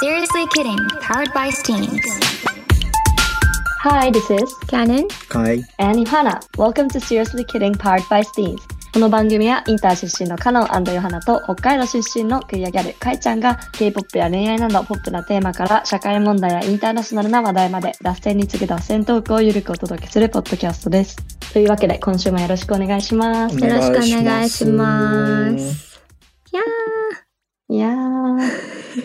Seriously Kidding, powered by Steams. Hi, this is Canon はい。 and Yohana. Welcome to Seriously Kidding Powered by Steams. この番組はインター出身のカノンヨハナと北海道出身のクイアギャルカイちゃんが K-POP や恋愛などポップなテーマから社会問題やインターナショナルな話題まで脱線に次ぐ脱線トークをゆるくお届けするポッドキャストです。というわけで今週もよろしくお願いします。よろしくお願いしまお願いしす。いやいやー、ます。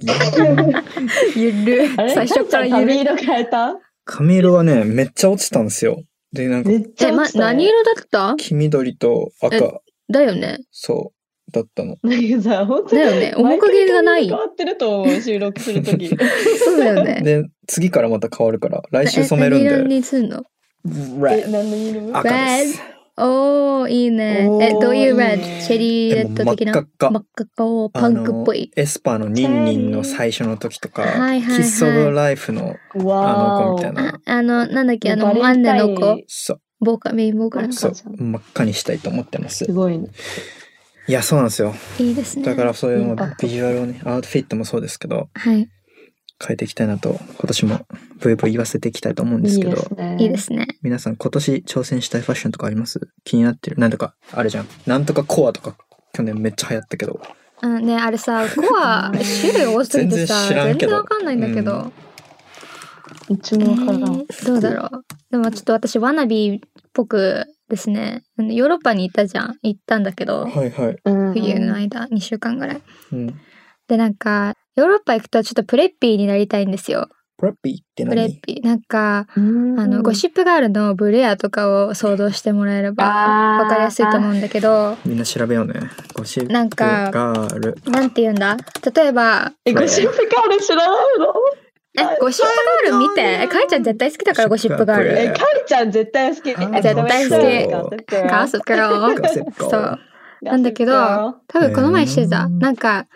ー、 ゆる。あれ最初からカイちゃんゆ髪る。色変えた髪色はね、めっちゃ落ちたんですよ。で、なんか、めっちえ、ゃま落、ちた何ね色だった黄緑とえ赤、だよね。そう、だったの。なんかさ、本当だによ ね。面影がない毎回髪色変。わってると思う、収録するとき。そうだよね。 で、次からまた変わるから、来週染めえ何る色んで、にすんのえ red 何の色赤です。おー、いいね。おーえ、どういういい red? ねチェリーレッド的なえもう真っ赤っか真っ赤っかおーパンクっぽい。エスパーのニンニンの最初の時とか、はいはいはいキッスオブライフのあわのー子おみたいあな、あの、なんだっけ、あの、バレンマタインンネの子。そボーカ、メインボーカルのそ子う。、真っ赤にしたいと思ってますす。ごいね。いや、そうなんですよ。いいですね。だからそういうのもインパクトビジュアルをね、アウトフィットもそうですけど、はい。変えていきたいなと、今年もブイブイ言わせていきたいと思うんでいすいけど、ですね。いいですね。皆さん今年挑戦したいファッションとかあります気になってるなんとかあれじゃんなんとかコアとか去年めっちゃ流行ったけどうんね、あれさ、コアうん種類多すぎてさ、全然知らん全けど然わかんないんだけど。うちもわからん。えーどうだろう。でもちょっと私、ワナビーっぽくですね、あのヨーロッパに行ったじゃん。行ったんだけど、いはい、うん冬の間、2週間ぐらい。うん、で、なんか、ヨーロッパ行くとちょっとプレッピーになりたいんですよ。プレッピーってプレ何ッピー。なんか、うんあの、ゴシップガールのブレアとかを想像してもらえれば、あーわかりやすいと思うんだけど、みんな調べようねゴシップなんかガールなんて言うんだ例えば、え、ゴシップガール知らないのえ、ゴシップガール見て。かいちゃん絶対好きだから、ゴシップガール。え、かいちゃん絶対好き。絶あ対好きガー好スガールガセップそガーうル。なんだけど多分この前してた。へーなんか、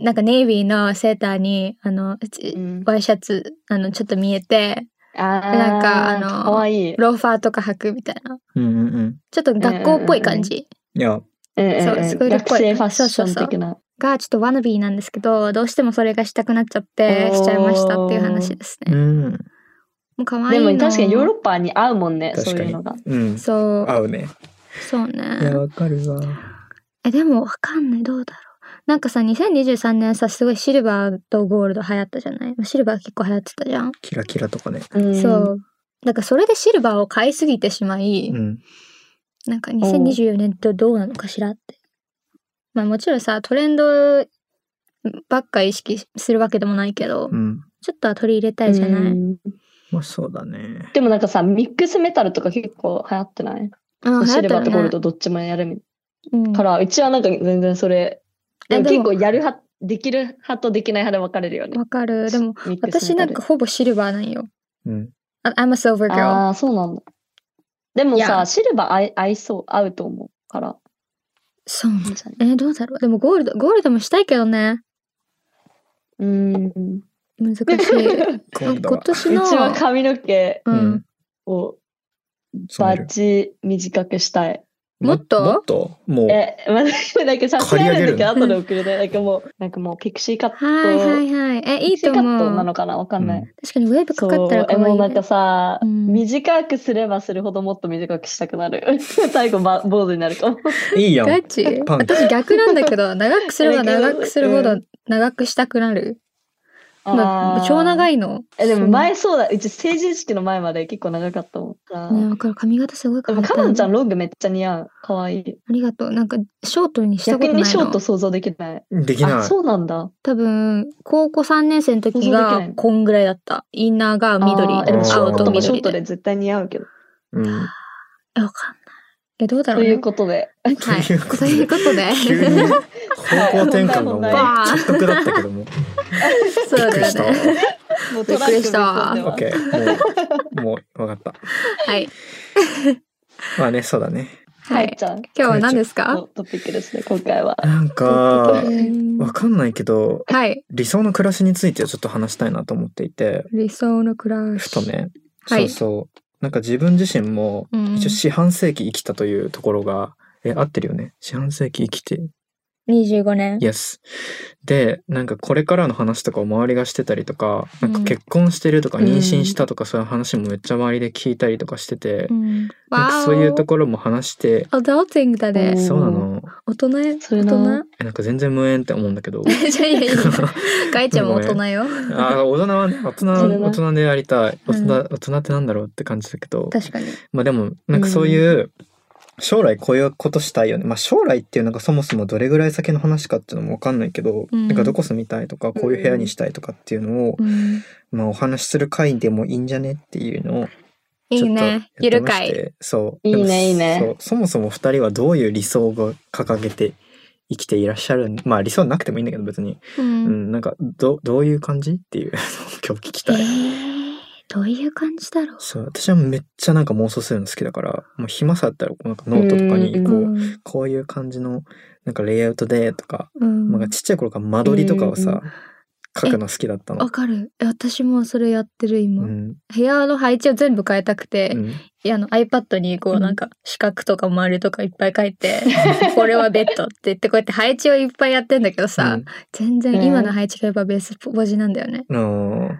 なんかネイビーのセーターに、あの、ちうんワイシャツ、あの、ちょっと見えて、ななんかあのかわいい。ローファーとか履くみたいな。うんうんうんちょっと学校っぽい感じいやそそうすごいかっこ学いい生ファッション的な。がちょっとワナビーなんですけど、どうしてもそれがしたくなっちゃって、おーしちゃいましたっていう話ですうね。んもう可愛でいの。も確かにヨーロッパに合うもんね、確そかうにいうのが。うんそう、合うねそういやね。わかるわえ、でもわかんない。どうだろう。なんかさ、2023年さ、すごいシルバーとゴールド流行ったじゃないシルバー結構流行ってたじゃん。キラキラとかねうんそう。なんかそれでシルバーを買いすぎてしまい、うんなんか2024年ってどうなのかしらって。まあもちろんさ、トレンドばっか意識するわけでもないけど、うんちょっとは取り入れたいじゃない、うんまあそうだねでもなんかさ、ミックスメタルとか結構流行ってないあシルバーとゴールドどっちもやるみたいうんな。から、うちはなんか全然それ、えでもでも結構やる派、できる派とできない派で分かれるよね。わかる。でも、ミックス私メなタんルかほぼシルバーなんよ。うんあ I'm a silver girl. ああ、そうなんだ。でもいやさ、シルバー合い合いそう、合うと思うから。そういいんじゃないえーどうだろう。でもゴールド、ゴールドもしたいけどね。うーん。難 しい。あゴールド今は年うの。ちは髪の毛うんうんを染バめるッチ短くしたい。もっともっともうえ、まあ、なんかさ、刈り上げるだけ後で送るね。なんかもう、なんかもうピクシーカット。はいはいはい。え、いピいクシとーカット思なう。のかなわかんない。うん確かにウェーブかかったらそう可え愛もうい、なんねか。さ、うん短くすればするほどもっと短くしたくなる 最後ば坊主になるかもいいやんガチパン私逆なんだけ ど、長くすれば長くするほうど長くしたくなる。 まあ、超い長いの。えでもね前そうだうち成人式の前まで結構長かったもんあーわかる髪型すごいで変もわったかのんちゃんロングめっちゃ似合うかわいいありがとう。なんかショートにしたこと逆ないの。にショート想像できないできなあいそうなんだ多分高校3年生の時想像できがないこんぐらいだったインナーが緑あーえでもショ青ートともショ緑ートでで絶対似合うけどうんえわかんないえどうだろとういうねことではいということでということで 急に方向転換がもうはい独特だったけども。びっそうくだりしたよわ。ねもうびっくりしたトラッオックケー。もう、もう、わかった。はいまあね、そうだね。ははいいちゃん今日は何ですかのトピックですね今回はなんか、うんわかんないけど、はい理想の暮らしについてちょっと話したいなと思っていて、理想の暮らしふとね、はそいうそう。なんか自分自身も、うん一応四半世紀生きたというところが、え、合ってるよね。四半世紀生きて25年。 Yes。で、なんかこれからの話とかを周りがしてたりとか、なんか結婚してるとかうん妊娠したとかそういう話もめっちゃ周りで聞いたりとかしててう、ん。なんかそういうところも話して、アダルティングだおねー。そうなの大人大人そういうのえ、なんか全然無縁って思うんだけど。じゃあ いやいや いや。ガイちゃんも大人よ。あー大人はね、大人、それは大人でやりたい。大人、うん大人ってなんだろうって感じだけど。確かに。まあでも、なんかそういう、将来こういうことしたいよね。まあ将来っていうのがそもそもどれぐらい先の話かっていうのもわかんないけど、うんなんかどこ住みたいとか、こういう部屋にしたいとかっていうのを、うん。まあお話しする回でもいいんじゃねっていうのをいいね。ゆるかかい。いそう。いいねでもいいねそうそもそも二人はどういう理想を掲げて生きていらっしゃるんまあ理想なくてもいいんだけど別に。う。うんん、なんかど、どういう感じっていう、今日聞きえたい。ーどういう感じだろう。そう、私はめっちゃなんか妄想するの好きだから、もう暇さあったら、なんかノートとかにこう、うんこういう感じの、なんかレイアウトでとか、うんなんかちっちゃい頃から間取りとかをうさん、書くの好きだったわの。かる。え私もそれやってるう今。ん。部屋の配置を全部変えたくて、うんいやあの iPad にこううんなんか四角とか丸とかいっぱい書い て、これはベッドって言ってこうやって配置をいっぱいやってんだけどさ、全然今の配置がやっぱベースポジなんだよね。うん。あ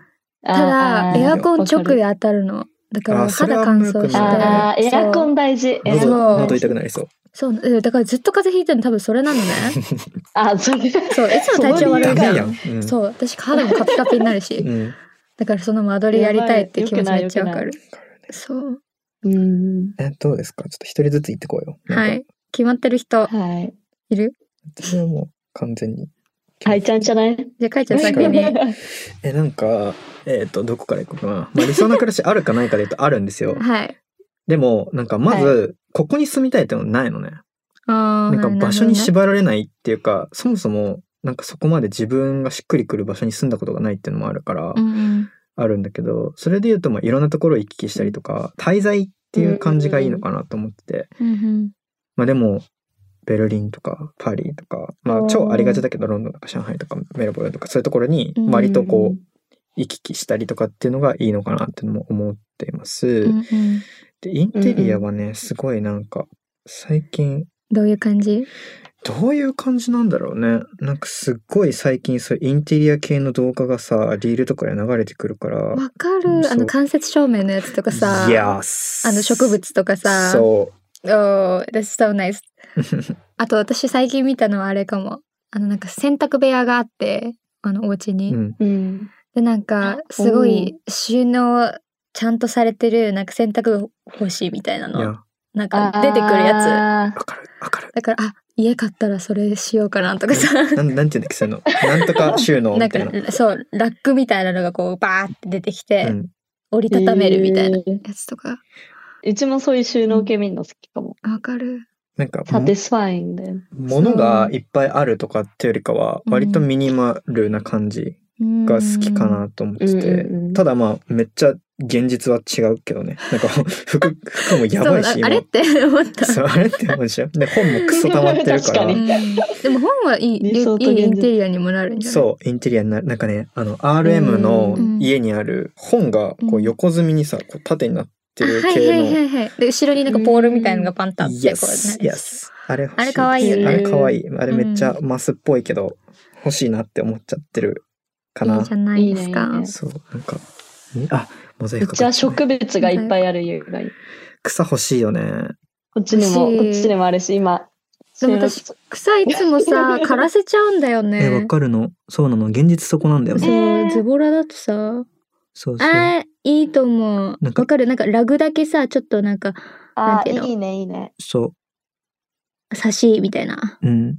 ーただあーエアコンわか直るで当たるの。だかあらそれ肌は乾燥して。あーエアコそうン大事。エアそうコ喉、ン大喉痛事。くなりそう。そうえだからずっと風邪ひいてるの多分それ なのね。あ、それ。そういつも体調悪いダそうじメゃやん。ん。うん。そう私肌もカピカピになるしう。ん。だからその間取りやりたいって気持ちめっちゃわかる。そう。うん。え、どうですかちょっと一人ずつ行ってこうよ。なんはか。い。決まってる人はい。いる私はもう完全に。はいちゃんじゃないじゃあ、かいちゃん確先か に。え、なんか、えっ、と、どこから行こうかな。まあ理想な暮らしあるかないかで言うとあるんですよ。 はい。でも、なんかまず、ここに住みたいってのはないのね。あーなんか場所になる縛られないっていうか、そもそも、なんかそこまで自分がしっくりくる場所に住んだことがないっていうのもあるから、ほどねうんあるんだけど、それで言うと、まあいろんなところを行き来したりとか、滞在っていう感じがいいのかなと思ってて、うんうんまあでも、ベルリンとかパリとか、まあ超ありがちだけど、ロンドンとか上海とかメルボルンとかそういうところに割とこう行き来したりとかっていうのがいいのかなっていうのも思っています。うんうんで、インテリアはね、すごいなんか、最近どういう感じどういう感じなんだろうね。なんかすっごい最近そうインテリア系の動画がさ、リールとかで流れてくるから。わかうんるそうあの間接照明のやつとかさ、いあやーの植物とかさ、そ Oh, that's so nice. う。あと私最近見たのはあれかも。あのなんか洗濯部屋があって、あのお家に。うん。うん。でなんかすごい収納ちゃんとされてるなんか洗濯干しみたいないや、のわなんか出てくるやかる、わかるつ。だからあ家買ったらそれしようかなとかさなんなんていうんだっけ、そういうの。なんとか収 納なんみたいな。かそうラックみたいなのがこうバーって出てきて、うん、折りたためるみたいなえーやつとかうちもそういう収納系見るの好きかも。わかるなんか、サティスファインで。物がいっぱいあるとかっていうよりかは、うん割とミニマルな感じが好きかなと思っててうんうんうん。ただまあ、めっちゃ現実は違うけどね。なん か、服、服もやばいそうし、ああれって思った、そうあれって思うでしょ。で、本もクソ溜まってるか確らかう。ん、でも本はいいい理い想と現実インテリアにもなるんじゃないそう、インテリアになる。なんかね、あの、RM のうん家にある本が、こううん横積みにさ、こう縦になってあはるいはいはい系はいで後ろになんかポールみたいなのがパンタの。ってこうイエねス、イエス。あれ欲しい。あれ可愛いよねあれ可愛い。あれめっちゃマスっぽいけど、欲しいなって思っちゃってるかいないじ。ゃないですかいいねいいねそう、なんか、んあ、モザイうクかかっちてはる植物がいっぱいある家ぐらい。草欲しいよね。こっちにも、欲しいこっちにもあるし、今。でも私収録草いつもさ枯らせちゃうんだよねえ、わかるの。そうなの。現実そこなんだよそね。うズボラだとさそうそう。あーいいと思うなわんかかるなんかラグだけさちょっとなんかなあんていうのーいいね、いいね。そ差しみたいなう。うん。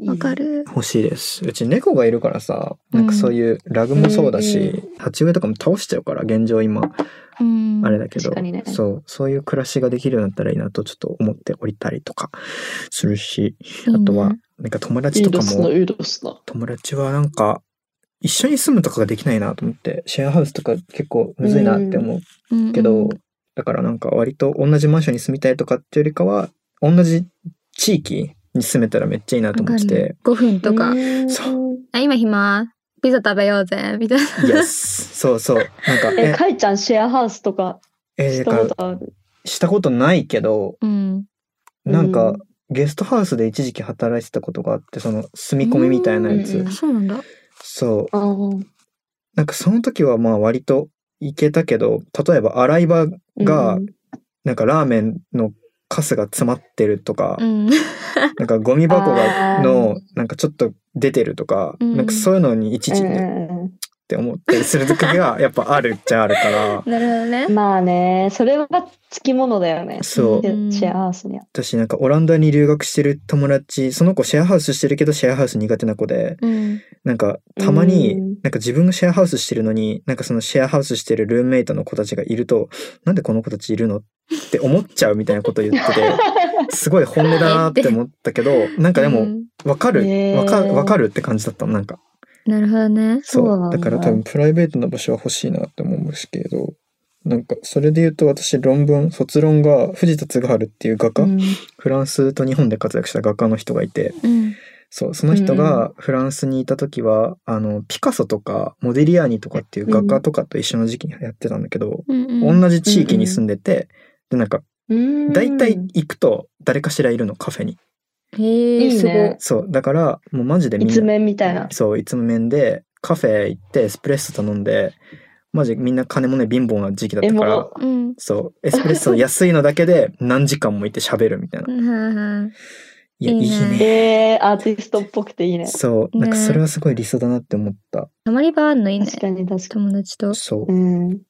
いいねわか。る欲しいですうち猫がいるからさなんかそういうラグもそうだし、うん鉢植えとかも倒しちゃうから現状今うんあれだけど、確かにねそうそういう暮らしができるようになったらいいなとちょっと思っておりたりとかするしいいねあとはなんか友達いいとかですの、もいいですの。友達はなんか一緒に住むとかができないなと思ってシェアハウスとか結構むずいなって思ううんけど、うんだからなんか割と同じマンションに住みたいとかっていうよりかは同じ地域に住めたらめっちゃいいなと思ってて。 5分とか、そあ今暇ピザ食べようぜみたいなイ エス。そうそう。なんか、え、え、かいちゃんシェアハウスとかえしだたかこらとある。したことないけど、うんなんうんか、ゲストハウスで一時期働いてたことがあって、その住み込みみたいなやうんつうん。そうなんだ。そう。あーなんかその時はまあ割といけたけど、例えば洗い場がうん、なんかラーメンのカスが詰まってるとか、うん。なんかゴミ箱があーのなんかちょっと出てるとか、うんなんかそういうのに一時うんっうんて思ったりする時がやっぱあるっちゃあるから、 なるほどねう。んまあね、それはつきものだよね。そうう。んシェアハウスには。私なんかオランダに留学してる友達、その子シェアハウスしてるけどシェアハウス苦手な子で、うん。なんかたまにうんなんか自分がシェアハウスしてるのになんかそのシェアハウスしてるルームメイトの子たちがいるとなんでこの子たちいるのって思っちゃうみたいなこと言っててすごい本音だなって思ったけどなんかでうもんわかるへーわかわかるって感じだったのなんかなるほどね。そうそうなんだだから多分プライベートな場所は欲しいなって思うんですけどなんかそれで言うと私論文卒論が藤田嗣治っていう画家、うんフランスと日本で活躍した画家の人がいて、うん。そう、その人がフランスにいた時は、あの、ピカソとかモディリアーニとかっていう画家とかと一緒の時期にやってたんだけど、うん。同じ地域に住んでて、で、なんか、うん大体行くと誰かしらいるの、カフェに。へえ、いいすごいね。。そう、だから、もうマジでみんな。一面みたいな。そう、いつも面で、カフェ行ってエスプレッソ頼んで、マジみんな金もね、貧乏な時期だったかえもらう、うん。そう、エスプレッソの安いのだけで何時間もいて喋るみたいな。はいはいいや、いいいねいね。えー、アーティストっぽくていいね。そう、なんかねそれはすごい理想だなって思った。たまり場あんのいいね。確かに確か友達と。そに。。ううん。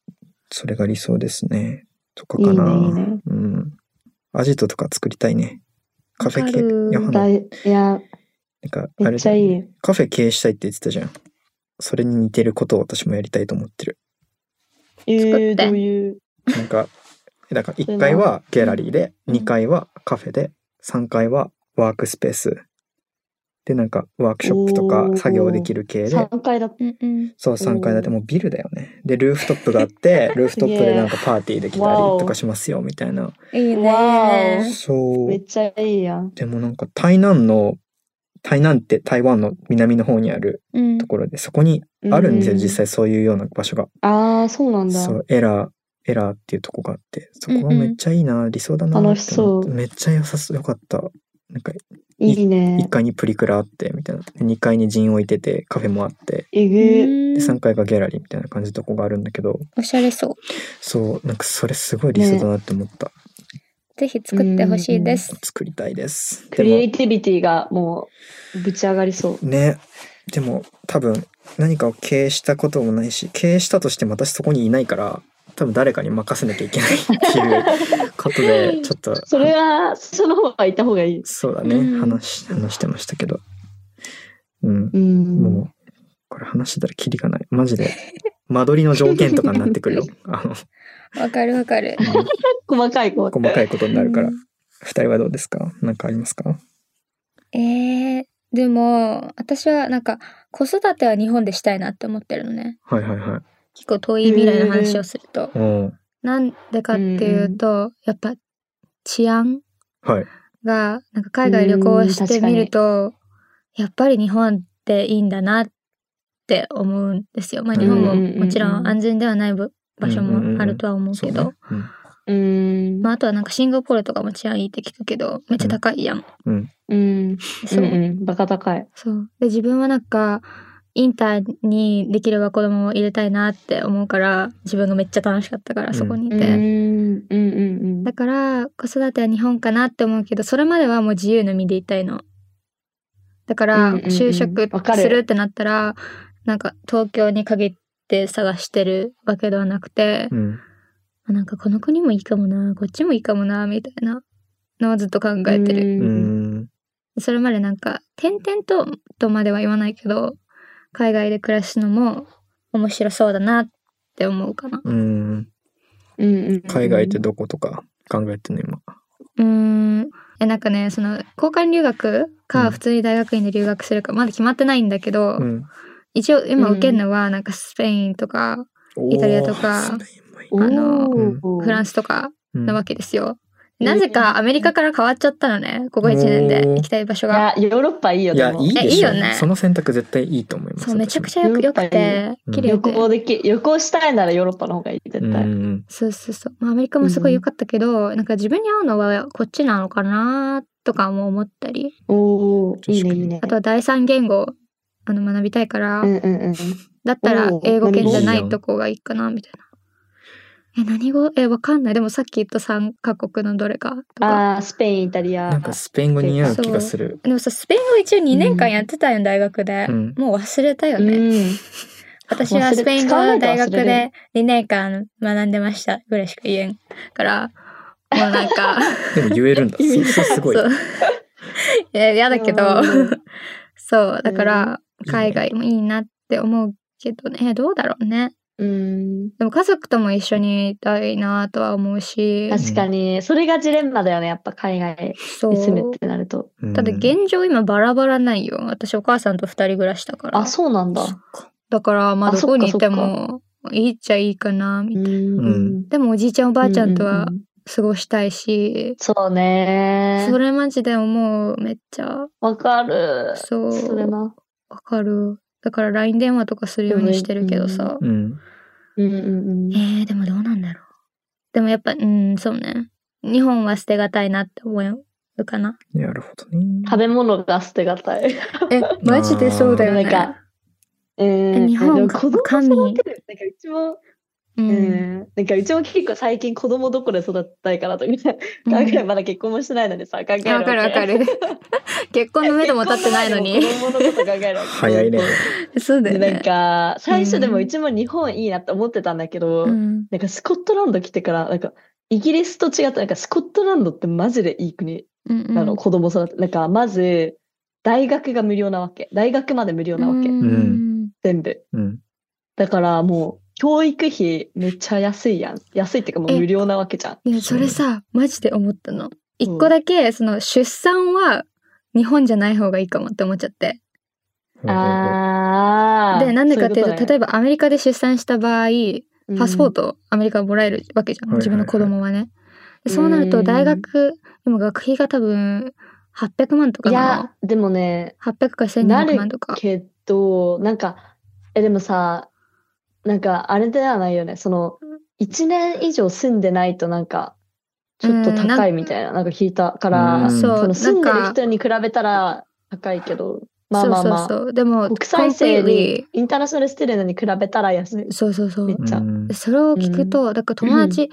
それが理想ですね。とかかな。いいねいいねうん。アジトとか作りたいね。カフェわか系。るヨハナだいいや、なんかあめれっちゃだいよね、い。カフェ経営したいって言ってたじゃん。それに似てることを私もやりたいと思ってる。え作っー、てどういう。なんか、だから1階はギャラリーで、2階はカフェで、3階はワークスペース。で、なんかワークショップとおかー作業できる系で。 3階だっうんうん。そう、3階建てもうビルだよね。で、ルーフトップがあって、ルーフトップでなんかパーティーできたりとかしますよ、みたいな。いいわねー。そう。めっちゃいいやん。でもなんか台南の台南って台湾の南の方にあるうんと。ころでそこにあるんですよ、う実際そういうような場所がああ、そうなんだ。そうエラーエラーっていうとこがあってそこはめっちゃいいな、理想だなって思って楽しそうめっちゃ良さそうよかったなんかいい1ね。階にプリクラあってみたいな2階に陣置いててカフェもあってえぐ。でうん3階がギャラリーみたいな感じのとこがあるんだけどおしゃれそう。そうなんかそれすごい理想だなって思った、ぜひ作ってほしいです。作りたいですクリエイティビティがもう、ぶち上がりそう。ねでも多分何かを経営したこともないし経営したとしても私そこにいないから多分誰かに任せなきゃいけないっていうこと でちょっとそれは、その方がいた方がいい。そうだね、うん話話してましたけどうん、うん。もうこれ話してたらキリがないマジ で間取りの条件とかになってくるよあの、わかるわかる。細かいこうん細かいことになるからうん二人はどうですか何かありますかえー、でも私はなんか子育ては日本でしたいなって思ってるのねはいはいはい結構遠い未来の話をすると、うんなんでかっていうと、やっぱ治安はいがなんか海外旅行してみるとやっぱり日本っていいんだなって思うんですよまあ日本もうんうんうんうんもちろん安全ではないぶ場所もあるとは思うそけうど、ねうんうん。まあ、あとはなんかシンガポールとかも治安いいって聞くけどめっちゃ高いやん、うんうん。そううんうん。バカ高い。そう。で、自分はなんか、インターにできれば子供を入れたいなって思うから、自分がめっちゃ楽しかったから、んそこにいて。うん。うんうんだから、子育ては日本かなって思うけど、それまではもう自由の身でいたいの。だかうら、んうんうん就職わかるするってなったら、なんか東京に限って探してるわけではなくてう、んあなんかこの国もいいかもな、こっちもいいかもな、みたいなのをずっと考えてる。うる。んそれまでなんか点々ととまでは言わないけど海外で暮らすのも面白そうだなって思うかなうんうんうん。海外ってどことか考えてんの今うーんえなんかねその交換留学うんか普通に大学院で留学するかまだ決まってないんだけど、うん一応今受けるのはなんかスペインとかイタリアとかおースペインもいいおーあのフランス。スとかうんなわけですよ、うんなぜかアメリカから変わっちゃったのねここ1年でおー行きたい場所いがや、ヨーロッパいいよ。いでやもいいでしえょいいよねその選択絶対いいと思いますそうめちゃくちちゃよくよくてうん綺麗旅で、行でき、旅行したいならヨーロッパの方がいい、絶う対。んそうそうそう。まあ、アメリカもすごい良かったけど、なんか自分に合うのはこっちなのかなっとかも思ったり、おー、いい確ね、かいにいねあ。とは第三言語あの学びたいから、うんうんうん。だったらおー英語圏じゃな何い語とこがいいかなみたいな。え何語えわかんないでもさっき言った3カ国のどれかとかああ、スペイン、イタリア。なんかスペイン語似合う気がする。でもさスペイン語一応2年間やってたよ、大学で、うんもう忘れたようね、ん。私は忘れスペイン語使わなをいと忘れ大る学で2年間学んでましたぐらいしか言えんからもうなん かでも言える んだ。それすごい。そういや嫌だけどうんそうだからうん海外もいいなって思うけどねどうだろうねうん。でも家族とも一緒にいたいなとは思うし確かに、それがジレンマだよね、やっぱ海外そに住むうってなると。うんただ現状今バラバラないよ私お母さんと二人暮らしだからあ、そうなんだ。だからまああどこにいそってかそっかもいいっちゃいいかなみたいなうん。でもおじいちゃんおおばあちゃんとは過ごしたいし、そうねそれマジで思うめっちゃわかる。そうそれな。わかるだから LINE 電話とかするようにしてるけどさ、うん。うんうんうん。えー、でもどうなんだろうでもやっぱうんそうね日本は捨てがたいなって思うかななるほどね。食べ物が捨てがたい。えマジでそうだよねなんかうん日本でも子供神育てる。なんかうちも、う、うんん。なんかうちも結構最近子供どこで育てたいかなとか、考えるまだ結婚もしてないのにさ、考えるわわけ。かるわかる 結婚の目でも立ってないのに結婚前でも子供のこと考えるわけ。早いね。そうだでよ なんねか最初でうもんうちも日本いいなって思ってたんだけど、うんなんかスコットランド来てからなんかイギリスと違ってなんかスコットランドってマジでいい国うんうんなの、子供育てなんかまず大学が無料なわけ大学まで無料なわけ、うんん全部うん。だからもう教育費めっちゃ安いやん安いっていうかもうえ無料なわけじゃんいやそそうれさマジで思ったの一個だけその出産は日本じゃない方がいいかもって思っちゃってああでなんでかっていうと例ええばアメリカで出産した場合ばパスポートをアメリカがもらえるわけじゃん、はいはいはい自分の子供はねでそうなると大学今学費が多分800万とかいなやでもねの800かな1200る万とかけど、なんか、え、でもさ、なんか、あれではないよね。その、1年以上住んでないと、なんか、ちょっとうんなん高いみたいな、なんか聞いたかうら、んそそうの住んでるなんか人に比べたら高いけど、まあまあまあ、そうそうそうでも国際生 completely に、インターナショナルステルに比べたら安い。そうそうそうめっちゃ。うんでそれを聞くと、だから友達、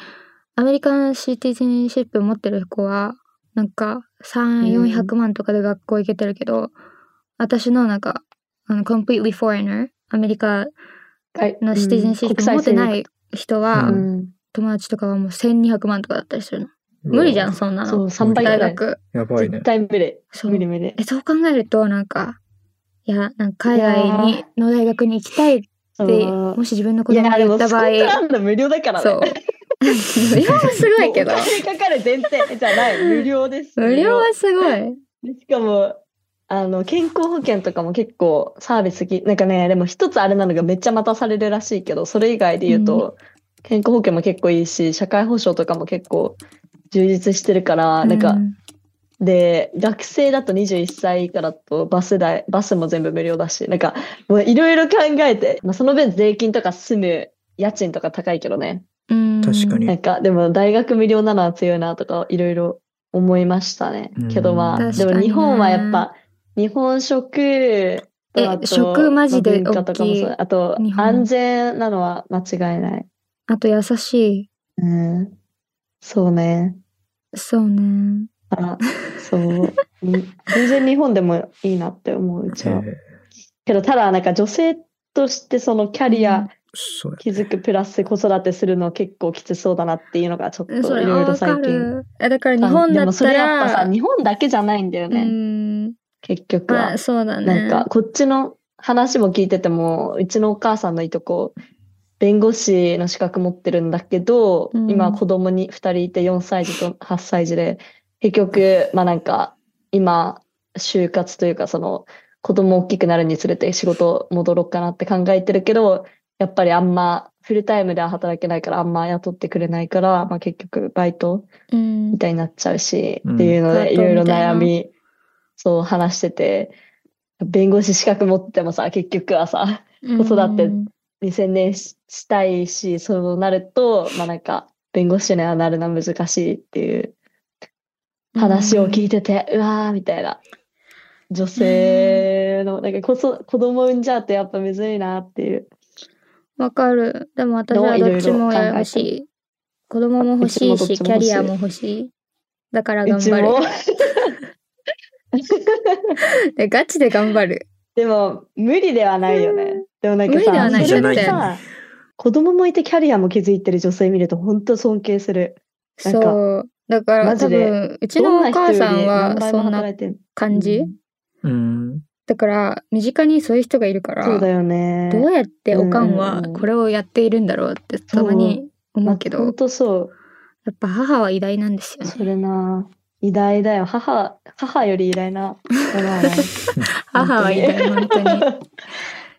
アメリカンシティズンシップ持ってる子はなんかうん3400万とかで学校行けてるけど、私のなんかあの completely foreigner アメリカはいのシティズンシップ持ってな。い人は、ううんん友達とかはもう1200万とかだったりするの無理じゃん。そんな国際生にのそう、3倍ぐ大らい。学やばいね絶。対無理。そう無理無理え。そう考えるとなんかいやなんか海外いにやの大学に行きたいってそうもし自分の子い供や、がで言っも、たスコ場合ットランド無料だからね。 そう今はすごいけどもうお金かかる前提じゃない。無料です。無料はすごい。無料しかも、あの、健康保険とかも結構サービスき、なんかね、でも一つあれなのがめっちゃ待たされるらしいけど、それ以外で言うと、健康保険も結構いいし、社会保障とかも結構充実してるから、なうんか、で、学生だと21歳以下だとバス代、バスも全部無料だし、なんか、もういろいろ考えて、まあ、その分税金とか住む家賃とか高いけどね。うん確か になんかでも大学無料なのは強いなとかいろいろ思いましたねうん。けどまあ、確かでにねも日本はやっぱ日本食とあと食マジでまあ文化とかもそう大きいあと日本安全なのは間違いない。あと優しうん、そうね。い。そうね。だから そう。うん全然日本でもいいなって思ううちえは。ーけどただなんか女性としてそのキャリうんアそうや。築くプラス子育てするの結構きつそうだなっていうのがちょっといそろれいはろわか最近。る。えだから日本だあでもっそたれやっぱら、さ日本だけじゃないんだようね、ん。結局は、まあそうだなね。んかこっちの話も聞いててもうちのお母さんのいとこ弁護士の資格持ってるんだけど、うん今子供に2人いて4歳児と8歳児で結局まあなんか今就活というかその子供大きくなるにつれて仕事戻ろうかなって考えてるけどやっぱりあんまフルタイムでは働けないからあんま雇ってくれないから、まあ、結局バイトうんみたいになっちゃうし、うんっていうのパートでいろいろみたいな悩みそう話してて弁護士資格持ってもさ結局はさうん子育てに専念ししたいしそうなるとまあなんか弁護士にはなるのは難しいっていう話を聞いてて、うわーみたいな。女性の、なんかこそ、子供産んじゃうってやっぱむずいなっていう。わかる。でも私どうはいろいろどっちもや欲しい。子供も欲しういちもどっし、キちも欲しいャリアも欲しい。だからう頑ち張もる。。 でガチで頑張る。でも、無理ではないよね。でもなんか無理ではさ、ないそれもじゃなさ、子供もいてキャリアも築いてる女性見ると本当尊敬する。なんかそう。だかマらジ多で分、うちのお母さんはそんななてる感じうん。だから、身近にそういう人がいるから、そうだよね。どうやっておかんうはんうんうんこれをやっているんだろうってたまに思うけど、本当そう。やっぱ母は偉大なんです よね。それな。偉大だよ。母、母より偉大 な。だな母は偉大、本当に。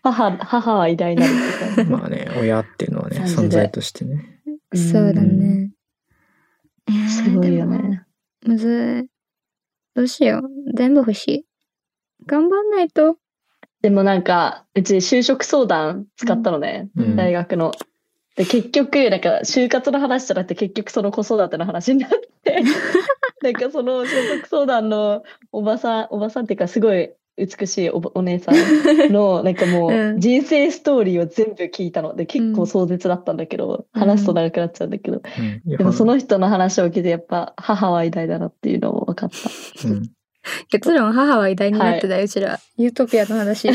母、母は偉大な。 まあね、親っていうのはね、感じで存在としてね。そうだね。えーすごいよ。でもね。むずい。どうしよう。全部欲しい。頑張んないと。でもなんか、うち就職相談使ったのね。うん大学の。で、結局、なんか、就活の話じゃなくて、結局その子育ての話になって、なんかその就職相談のおばさん、おばさんっていうか、すごい美しいおばお姉さんの、なんかもうう、ん人生ストーリーを全部聞いたので、結構壮絶だったんだけど、うん話すと長くなっちゃうんだけど、うんいやでもその人の話を聞いて、やっぱ、母は偉大だなっていうのも分かった。うん結論、母は偉大になってたよ、うちら。ユートピアの 話。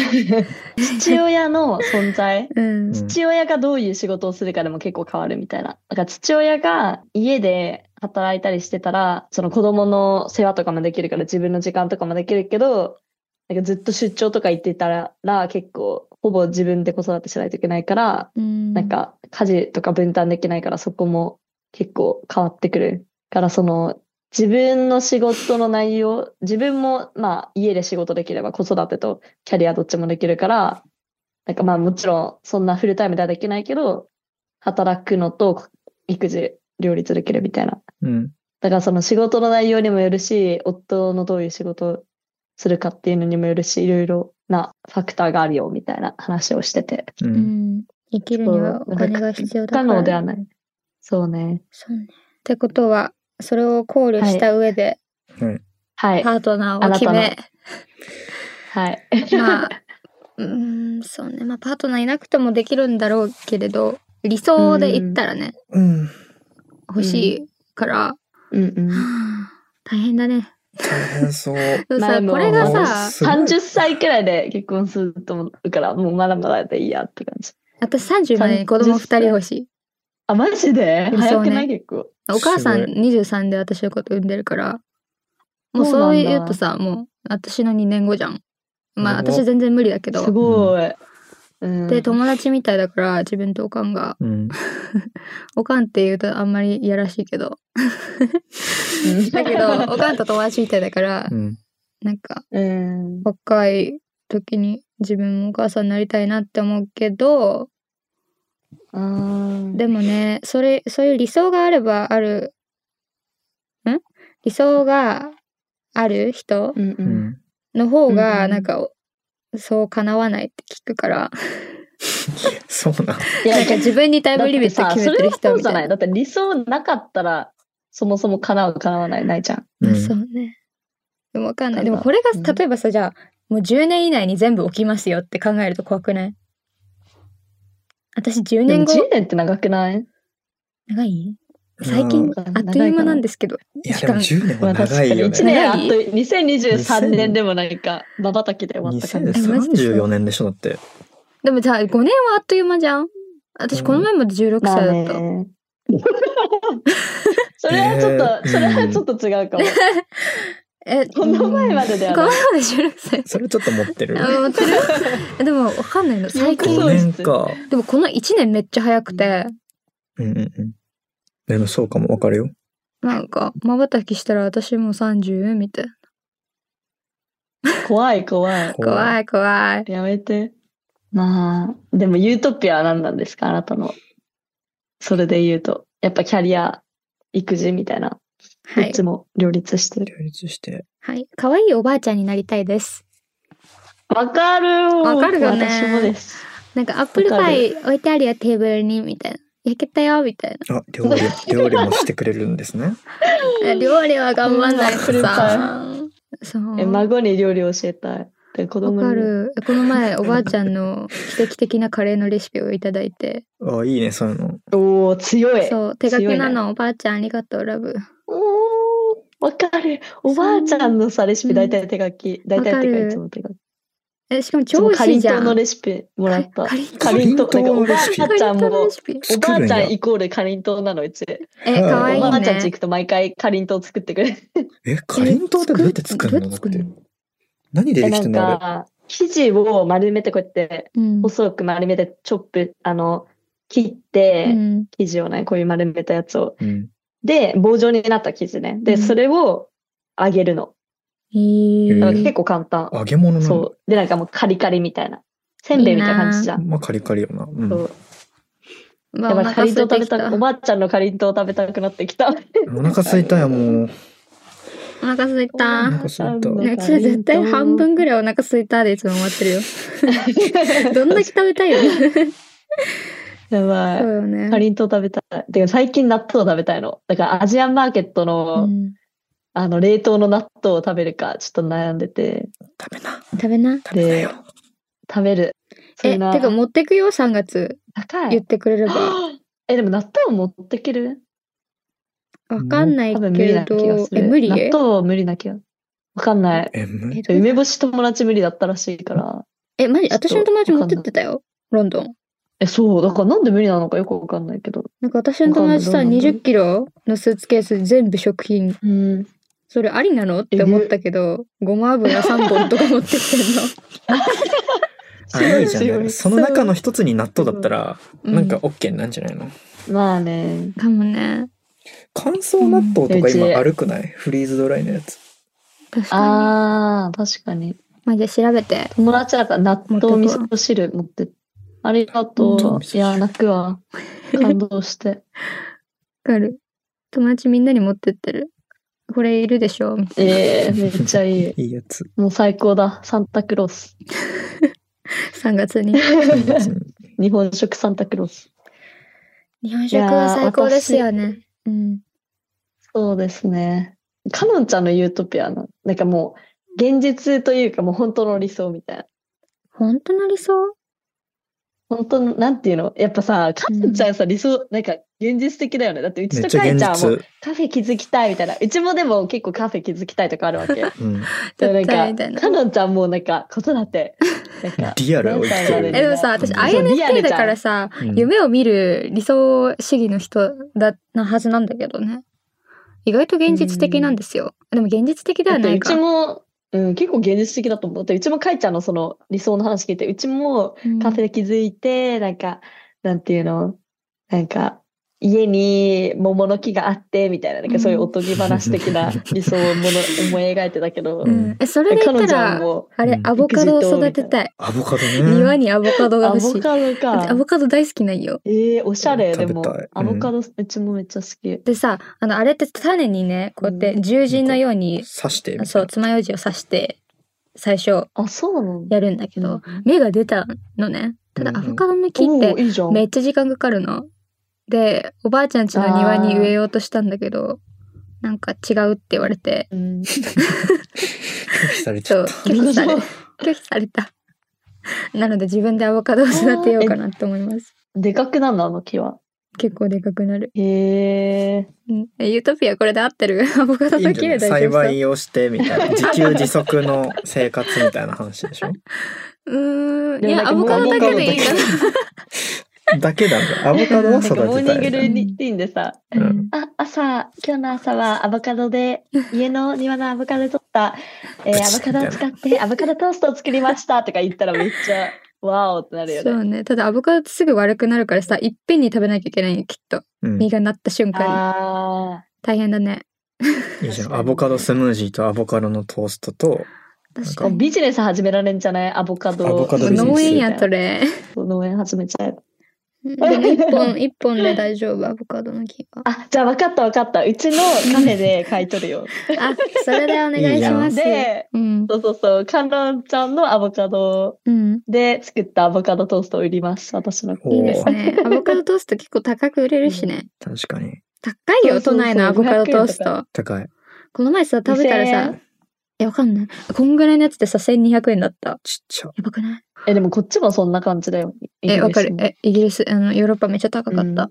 父親の存在うん。うん父親がどういう仕事をするかでも結構変わるみたいな。だから父親が家で働いたりしてたら、その子供の世話とかもできるから自分の時間とかもできるけど、なんかずっと出張とか行ってたら結構ほぼ自分で子育てしないといけないから、うんなん、か家事とか分担できないからそこも結構変わってくる。だからその自分の仕事の内容、自分もまあ家で仕事できれば子育てとキャリアどっちもできるから、なんかまあもちろんそんなフルタイムではできないけど、働くのと育児両立できるみたいな。うん。だからその仕事の内容にもよるし、夫のどういう仕事をするかっていうのにもよるし、いろいろなファクターがあるよみたいな話をしてて。う。うんん。生きるにはお金が必要だから。不可能ではない。そうね。そうね。ってことは、それを考慮した上で、はい。パートナーを決め、はい。まあ、うーん、そうね。まあ、パートナーいなくてもできるんだろうけれど、理想で言ったらね、うん。欲しいから、うん うん。はあ大変だね。大変そう。でもまあさ、でもこれがもうさ、すごい30歳くらいで結婚すると思うから、もうまだまだでいいやって感じ。私30までに子供2人欲しい。あ、マジでそうね早くない結構。お母さんす23で私のこと産んでるから、もうそうなんそだう言うとさ、もう私の2年後じゃん。まあすごい私全然無理だけすど。ごい。うん、で、友達みたいだから自分とおかんが、うん。おかんって言うとあんまりいやらしいけど。だけ ど、おかんと友達みたいだからう、ん。なんかうん。若い時に自分もお母さんになりたいなって思うけど、うん。でもね、それ、そういう理想があればある、ん理想がある人うんう。うんん。の方うんうが、んなんか、そう叶わないって聞くから、そうなん。いやなんか自分にタイムリミットだって決さそめてるれはそ人うみじゃたないい。な。だって理想なかったら、そもそも叶う叶わないないじゃん。うんそうね。でもわかんない。たでだもこれうんが、例えばさ、じゃあ、もう10年以内に全部起きますよって考えると怖くない私10年でも後10、年って長くない長い最近うん、あっという間なんですけど。いや、でも10年はまあ確長かいによ1ね。年あ長とい2023年でもなんか瞬きで終わった感じ。えマジでそう2034年でしょ、だって。でもさ、5年はあっという間じゃん私この前まで16ま歳あだった。ね。 それはちょっと、えーそれはちょっと違うかも。え、この前までだよねこの前まで16歳。それちょっと持ってる。あ、持ってる。え でも、わかんないの。最近、 5年か。でもこの1年めっちゃ早くて、うんうんうん。でもそうかも、わかるよ。なんか、瞬きしたら私もう30みたいな。怖い怖い。怖い怖い。やめて。まあ、でもユートピアは何なんですかあなたの。それで言うと。やっぱキャリア、育児みたいな。はどっいち。も両立してる。両立して。はい。可愛いおばあちゃんになりたいです。わかるわかるよね私もです。なんか、アップルパイ置いてあるよ、テーブルに、みたいな。焼けたよみたいあ、料理、料理もしてくれるんですね。な料理は頑張んないうんとさわかそうえ、わ孫に料理を教えたい。で、子供に。かるこの前おばあちゃんの奇跡的なカレーのレシピをいただいてあ、いいね、そういうの。おお強い。そう手書きな強の、おばあちゃんありがとうラブおおわかる。おばあちゃんのさ、レシピ大体手書き。大体っていうわかるか、いつも手書き。えしかもそ上うかり司んじとゃうんのレシピもらった。かりんとうかりんとう。かりんとうのレなんシかピおばあちゃんも、おばあちゃん作るんやイコールかりんとうなの、うち。え可愛いおばあちゃんねち行くと毎回かりんとう作ってくれる。え、かりんとうってどうやって作るのえだっ作るて。何で、ででなきてんんのあれ。か、生地を丸めてこうやって、うん細く丸めて、チョップ、あの、切って、うん生地をね、こういう丸めたやつを。うん。で、棒状になった生地ね。で、うんそれを揚げるの。へーだからへー結構簡単。揚げ物なの。そう。で、なんかもうカリカリみたいな。せんべいみたいな感じじゃん。まあ、カリカリよな。うん。そう。まやあおっぱ腹カリン空というて食きたべたく、おばあちゃんのかりんとう食べたくなってきた。お腹すいたよ、もう。お腹空いおた腹すいたねうちら絶対半 分ぐらいお腹空いたでいつも終わってるよ どんだけ食べたいよねやばそうい。よねかりんとう食べたい。てか最近納豆食べたいの。だからアジアンマーケットの、うんあの、冷凍の納豆を食べるか、ちょっと悩んでて。食べな。食べな食べなよ。食べる。そえれなてか持ってくよ3月高言っい。てくれればえ、でも納豆持ってけるわかんない多け分無理れな気がどす、る。え、無理納豆は無理な気が。わかんない。え、むえどう梅干し友達無理だったらしいから。え、マジちょっと私の友達持ってってたよ、ロンドン。え、そう。だからなんで無理なのかよくわかんないけど。なんか私の友達さ、わかんないロンドン20キロのスーツケース全部食品、うん。それありなのって思ったけど、ごま油3本とか持ってきてん あ、いいじゃない。その中の一つに納豆だったら、の。なんかうオッケーなんじゃないのまあね。かもね。乾燥納豆とうんか今うちあるくないフリーズドライのやつ。確かに。ああ、確かに。まあ、じゃあ調べて。友達だから納豆持味ってこ噌汁持って。ありがと納豆う味い噌。汁や、泣くわ。感動して。わかる。友達みんなに持ってってる。これいるでしょみ たい ええめっちゃいい。いいやつ。もう最高だ。サンタクロース。な。3月に。日本食サンタクロース。日本食は最高ですよね。うん。そうですね。かのんちゃんのユートピアの、なんかもう、現実というかもう本当の理想みたいな。本当の理想本当の、なんていうのやっぱさ、かのんちゃんさ、理想、なんか現実的だよね。だってうめちっとちゃかい現ちゃんはもう実。カフェ気づきたいみたいな。うちもでも結構カフェ気づきたいとかあるわけ。うん。、でも絶対みたないんなか、かのんちゃんもなんか子育て、なんか リアルを生きてえ、うんでる。もさ、私うん INFP だからさ、うん夢を見る理想主義の人だなはずなんだけどね意外と現実的なんですよ、でも現実的ではなだっていうかちも、うん、結構現実的だと思う。だってうちもかいちゃんのその理想の話聞いて、うちもうんカフェで気づいて、なんか、なんていうの、なんか、家に桃の木があって、みたいな、なんかそういうおとぎ話的な理想をもの思い描いてたけどう、んえそれで言った彼女らも、あれうんアボカドを育てたいアボカド庭ね。にアボカドがア欲しボいだカドってアかボ。カド大好きなんよええおしゃれ、でも食べたい。アボカド、うちもめっちゃ好き。でさあのあれって種にねこうやって獣人のように刺、してみたいな。そう爪楊枝を刺して最初あ、そうなんだ。やるんだけど、うん芽が出たのねただうんアうんボカドの木っおてーいいじゃん。めっちゃ時間かかるの。で、おばあちゃん家の庭に植えようとしたんだけど、なんか違うって言われて、うん拒否されちそゃう、った。拒否され、拒否された。 なので自分でアボカドを育てようかなと思います。でかくなんだ、あの木は。結構でかくなる。へえ。うん、えユートピアこれで合ってる アボカドいいだんじゃけなでい大丈夫そう栽培をして みたいな自給自足の生活みたいな話でしょうーん、いでもなんや、かアボカドだけでいいな。だけなんだアボカドなはんかモーニ育てンたグいルねーティンでさ、うんうんあ、朝、今日の朝はアボカドで、家の庭のアボカドで取った、えープアチボカドを使って、アボカドトーストを作りましたとか言ったらめっちゃ、わーおってなるよそね。うね。ただアボカドってすぐ悪くなるからさ、いっぺんに食べなきゃいけないよ、きっと。うん実がなった瞬間に。あ大変だね。いいじゃんアボカドスムージーとアボカドのトーストと確あか、に。ビジネス始められんじゃないアボカド。アボカドビジネス農園やん、それ。そう農園始めちゃえうば。んでも一本、一本で大丈夫、アボカドの木は。あ、じゃあ分かった分かった。うちのカフェで買い取 るよ。あ、それでお願いします。で、うん。そうそうそう、観覧ちゃんのアボカドうん。で作ったアボカドトーストを売ります、私の。いいおですーね。アボカドトースト結構高く売れるしね。確かに。高いよ、そうそうそう都内のアボカドトース500円ト。高い。この前さ、食べたら2000さ円、え、わかんない。こんぐらいのやつってさ、1200円だった。ちっちゃ。やばくないえ、でもこっちもそんな感じだよ。え、わかるイギリス。もえ、イギリス、あの、ヨーロッパめっちゃ高かっうんた。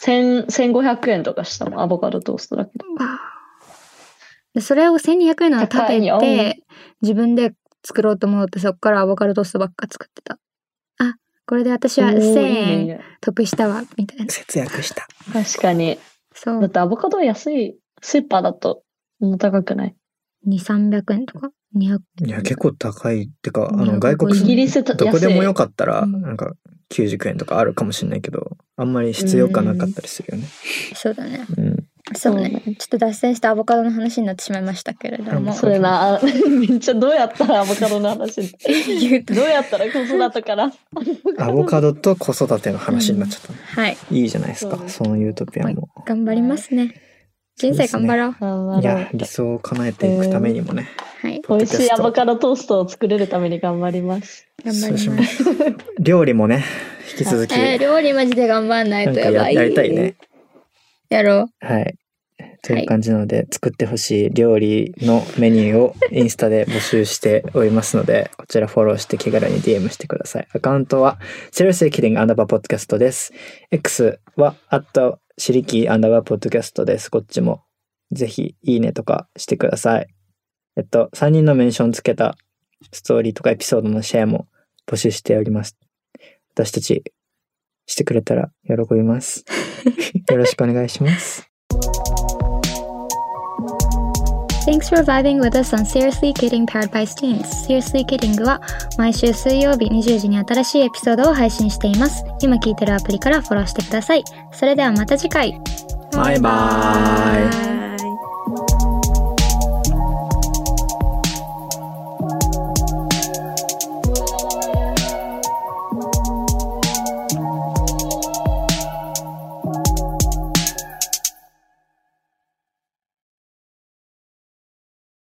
千1500円とかしたもん、アボカドトーストだけど。わあでそれを1200円のを食高べいよて、自分で作ろうと思って、そこからアボカドトーストばっか作ってた。あ、これで私はおー1000いい円ね得したわ、みたいな。節約した。確かに。そだっう。てアボカドは安い。スーパーだと、そんな高くない。 2、300円とか ?200 いや、結構高い。てか、あうの、ん外国うイんギリスとどこでもよかかったら、安いうんなんか99円とかあるかもしれないけど、あんまり必要感なかったりするよね。そうだね。うん。そうねそう。ねちょっと脱線したアボカドの話になってしまいましたけれども。それな、あ めっちゃどうやったらアボカドの話。 言うと。どうやったら子育てから。アボカドと子育ての話になっちゃったね。はい。いいじゃないですそか。うそのユートピアも。頑張りますね。人生頑張ろう。頑張いろやう、理想を叶えていくためにもね。はい。ポッ美ド味キャしスいトアボカドトーストを作れるために頑張ります。頑張りそうしま。ますす。料理もね、引き続き、えー、料理マジで頑張んないなんとかやばやい。やりたいね。やろはい。という感じなので、作ってほしい料理のメニューをインスタで募集しておりますので、こちらフォローして気軽に DM してください。アカウントは、シェルセイキリングアンダーバーポッドキャストです。X は、アットシリキーアンダーバーポッドキャストです。こっちも、ぜひ、いいねとかしてください。えっと、3人のメンションつけたストーリーとかエピソードのシェアも募集しております。私たち、してくれたら喜び ます。よろしくお願いします。う。Thanks for vibing with us on Seriously Kidding Paradise Teens. Seriously Kidding は毎週水曜日20時に新しいエピソードを配信しています。今聞いてるアプリからフォローしてください。それではまた次回。バイバイバイ